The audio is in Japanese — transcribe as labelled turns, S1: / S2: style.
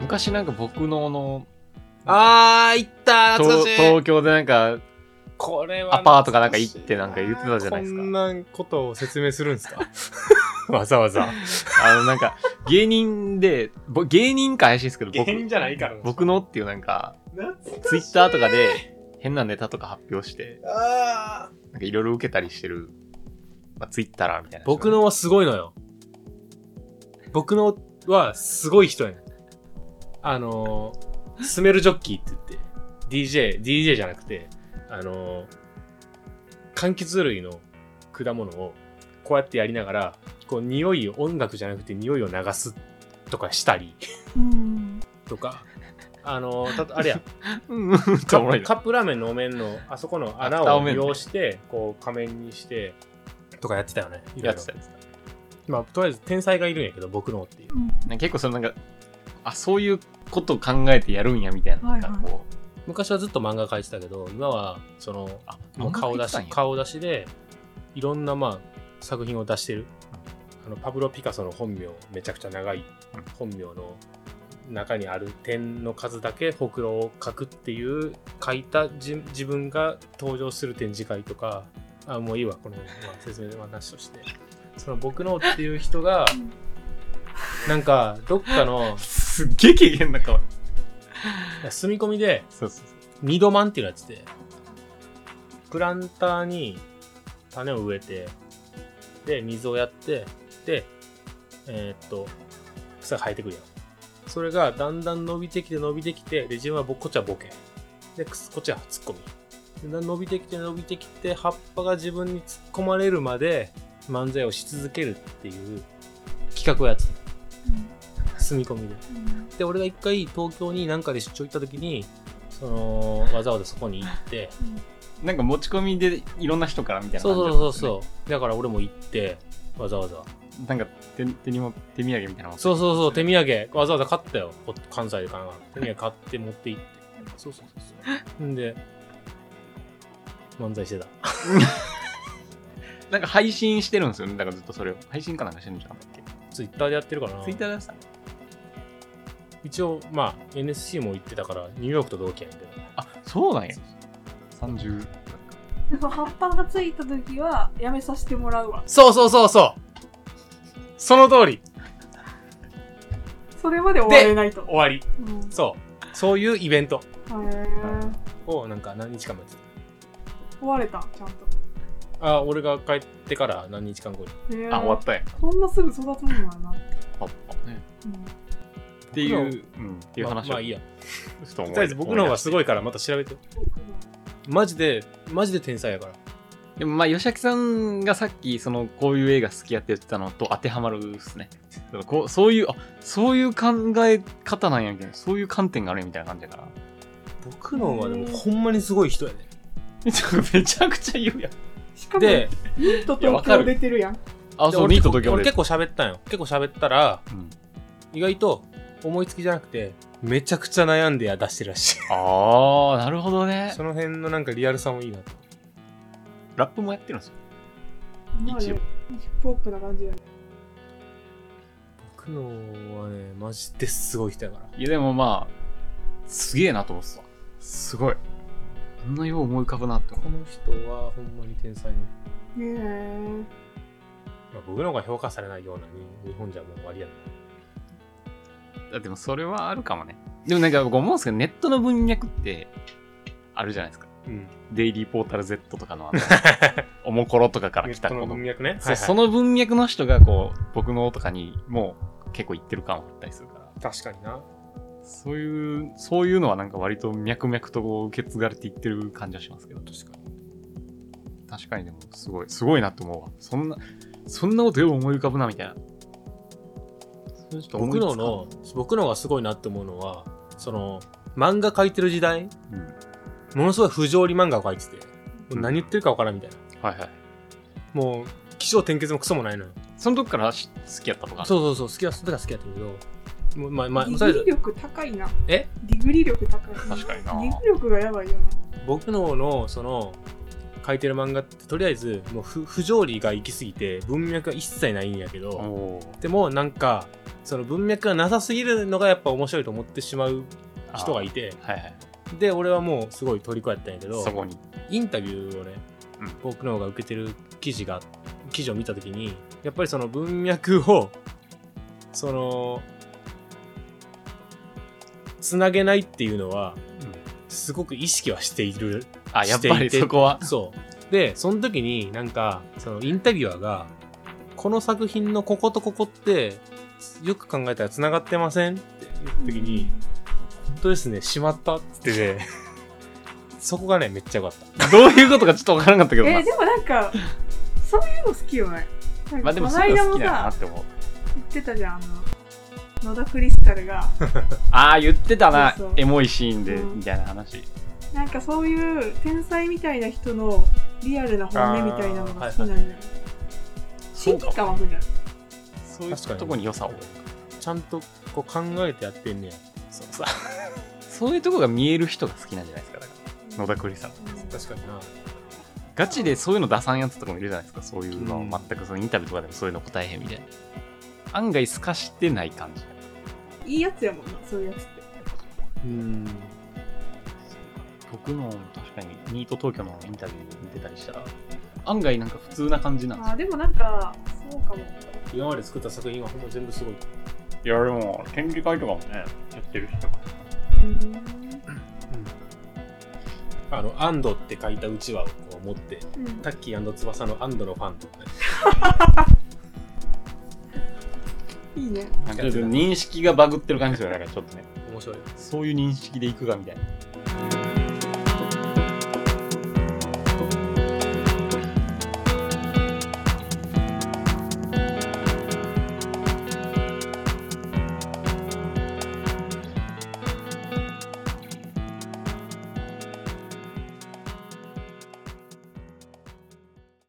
S1: 昔なんか僕のあの
S2: あー、行った懐
S1: 東
S2: かしい
S1: 東京でなんか
S2: これは
S1: アパートかなんか行ってなんか言ってたじゃないですか
S2: こんなことを説明するんで すかわざわ ざ。
S1: あのなんか 芸人でぼ芸人か怪しいですけど
S2: 芸人
S1: 僕
S2: じゃないからな。
S1: 僕のっていうなんか
S2: 懐か
S1: ツイ
S2: し
S1: ッ
S2: い
S1: ターとかで変なネタとか発表して
S2: あー
S1: なんかいろいろ受けたりしてる、まあ、ツイッターみたいな人
S2: 僕のはすごいのよ。僕のはすごい人やねんあのー、スメルジョッキーって言って、DJ、DJ じゃなくて、あのー、柑橘類の果物をこうやってやりながら、こう匂いを、音楽じゃなくて匂いを流すとかしたり、
S1: うん
S2: とか、あのー、たとあ れや、
S1: うんうん
S2: カ
S1: おもろいな
S2: カップラーメンのお面のあそこの穴
S1: あ蓋お
S2: を
S1: 面
S2: 利
S1: ね
S2: 用して、こう仮面にして、とかやってたよね。いろ
S1: や
S2: い
S1: っ
S2: ろ
S1: てたやつだ
S2: まあ、とりあえず天才がいるんやけど、僕のっていう。
S1: なんか結構そのなんかあそういうこと考えてやるんやみたいななんかこう、
S2: 昔はずっと漫画描いてたけど、今は、その、
S1: あ
S2: もう顔出し、
S1: あ
S2: 顔出しで、いろんな、まあ、作品を出してる。あの、パブロ・ピカソの本名、めちゃくちゃ長い
S1: うん
S2: 本名の中にある点の数だけ、ほくろを描くっていう、描いたじ自分が登場する展示会とか、あ、もういいわ、この、まあ、説明はなしとして。その、僕のっていう人が、なんか、どっかの、
S1: すっげえ軽減な顔
S2: 住み込みで、
S1: そうそうそう
S2: ミドマンっていうのやつで、プランターに種を植えて、で、水をやって、で、えーっと、草が生えてくるやん。それがだんだん伸びてきて伸びてきて、で、自分はぼこっちはボケ。で、くすこっちはツッコミ。でだんだん伸びてきて伸びてきて、葉っぱが自分に突っ込まれるまで漫才をし続けるっていう企画をやってた。住み込みで。で俺が一回東京に何かで出張行った時にそのわざわざそこに行って
S1: なんか持ち込みでいろんな人からみたいな
S2: そう
S1: 感じだっ
S2: そう
S1: たん
S2: そう
S1: ですね
S2: そうだから俺も行ってわざわざ
S1: なんか手手にも手土産みたいなの持って
S2: そうそうそう手土産わざわざ買ったよこ関西でかな手土産買って持って行ってそうそうそうそうんで漫才してた
S1: なんか配信してるんですよね。だからずっとそれを。配信かなんかしてるんじゃなかったっ
S2: ツイッターでやってるからな
S1: けツイッターでしたね。
S2: 一応まあ NSC も行ってたからニューヨークと同期やねんけど
S1: あ、そうなんや。30。
S3: でも葉っぱがついた時はやめさせてもらうわ
S2: そうそうそうそうその通り
S3: それまで終われないと
S2: 終わり
S3: うん
S2: そうそういうイベント
S3: へえ
S2: をなんか何日間もやってた
S3: 終われたちゃんと
S2: あ俺が帰ってから何日間後に
S3: へえ
S1: あ、終わったやん。
S3: こんなすぐ育つんだな、
S1: パッパね。
S3: うん
S1: っていう、うん、っていう
S2: まあ
S1: 話を。
S2: まあいいや
S1: ふと思
S2: と
S1: い
S2: りあえず僕の方がすごいからまた調べてマジでマジで天才やから
S1: でもまあ、吉明さんがさっき、その、こういう映画好きやって言ってたのと当てはまるっすね。そのこうそういう、あ、そういう考え方なんやみたいな、そういう観点があるみたいな感じだから。
S2: 僕のはでもほんまにすごい人やね
S1: め ちゃくめちゃくちゃ言うやん。
S3: しかも
S2: で
S3: ニート
S1: いやわ
S3: 東
S1: かる
S3: 京出てるやん
S1: あ、
S2: で
S1: そう、
S2: 俺
S1: ニー
S2: 結
S1: ト
S2: 構
S1: と京
S2: 俺
S1: で
S2: 結。構喋ったんよ結構喋ったら
S1: うん
S2: 意外と思いつきじゃなくてめちゃくちゃ悩んでや出してるらしい
S1: あー、なるほどね
S2: そ。の辺のなんかリアルさもいいなと
S1: ラップもやってるんですよ。
S3: まあね
S1: 一応
S3: ヒップホップな感じやね
S2: 僕のはねマジですごい人やから
S1: いやでもまあ、すげえなと思ってた。すごい。あんなよう思い浮かぶなって思
S2: この人はほんまに天才ね、
S3: へえ
S2: まあ、僕の方が評価されないようなに日本じゃもう終わりやな
S1: う。だってもうそれはあるかもね。でもなんか僕思うんですけど、ネットの文脈って、あるじゃないですか。
S2: うん
S1: デイリーポータル Z とか のあのおもころとかから来た
S2: こ
S1: こ
S2: の
S1: の。
S2: 文脈ね
S1: そう
S2: はいはい
S1: その文脈の人がこう、僕のとかにもう結構言ってる感はあったりするから。
S2: 確かにな
S1: そういう、そういうのはなんか割と脈々とこう受け継がれていってる感じはしますけど。
S2: 確かに
S1: 確かにでもすごいすごいなと思うわそんなそんなことよう思い浮かぶなみたいな
S2: 僕のの僕のがすごいなって思うのはその漫画描いてる時代
S1: うん
S2: ものすごい不条理漫画を描いててもう何言ってるかわからんみたいな、
S1: はいはい
S2: もう起承転結もクソもないのよ
S1: その時からし好きやったとか
S2: そうそうそう好きは好きは好きやったけどもうまあまあ
S3: デ
S2: とりあえ
S3: ィグ
S2: ず
S3: リ力高いな
S2: え
S3: ディグリ力高いな
S1: 確かにな
S3: ディグリ力がやばいよな
S2: 僕ののその書いてる漫画ってとりあえずもう不不条理が行き過ぎて文脈が一切ないんやけど、
S1: お
S2: でもなんかその文脈がなさすぎるのがやっぱ面白いと思ってしまう
S1: ー
S2: 人がいて
S1: はいはい
S2: で俺はもうすごい虜やったんやけど
S1: そこに
S2: インタビューをね
S1: うん
S2: 僕の方が受けてる記事が記事を見た時にやっぱりその文脈を そのつなげないっていうのは、
S1: うん
S2: すごく意識はしている
S1: あやっぱ
S2: して
S1: り
S2: いて
S1: そこは
S2: そうでその時になんかそのインタビュアーがこの作品のこことここってよく考えたらつながってませんって言った時に本当ですねしまったっつってて、 そこがねめっちゃ良かった
S1: どういうことかちょっとわからなかったけど
S3: え
S1: な
S3: ー、でもなんかそういうの好きよねなん
S1: ま
S3: か
S1: あでも
S3: こ
S1: そ
S3: の
S1: ういう
S3: 間
S1: の好
S3: も
S1: きなんだな
S3: さ
S1: って思う
S3: 言ってたじゃんあの野田クリスタル が
S1: ああ言ってたな
S3: そうそう
S1: エモいシーンで
S3: うん
S1: みたいな話
S3: なんかそういう天才みたいな人のリアルな本音みたいなのが好きなんじゃない親近感湧くんじゃない
S1: そういう
S2: 確かに
S1: とこに良さを
S2: ちゃんとこう考えてやってんねや
S1: そうさ そういうとこが見える人が好きなんじゃないですかだから野田クリさん
S2: 確かにな
S1: ガチでそういうの出さんやつとかもいるじゃないですかそういうのは全くそのインタビューとかでもそういうの答えへんみたいな案外透かしてない感じ
S3: いいやつやもんなそういうやつって
S2: うん
S1: 僕の確かにニート東京のインタビュー見てたりしたら案外なんか普通な感じなんです
S3: あーでもなんかそうかも
S2: 今まで作った作品はほんま全部すごい
S1: よいやでも研究会とかもねやってる人
S3: うん
S2: あの安藤って書いたうちわをこう持って
S3: うん
S2: タッキー翼の安藤のファンとかね
S3: いいね
S1: 認識がバグってる感じですよねだからちょっとね
S2: 面白い
S1: そういう認識でいくがみたいな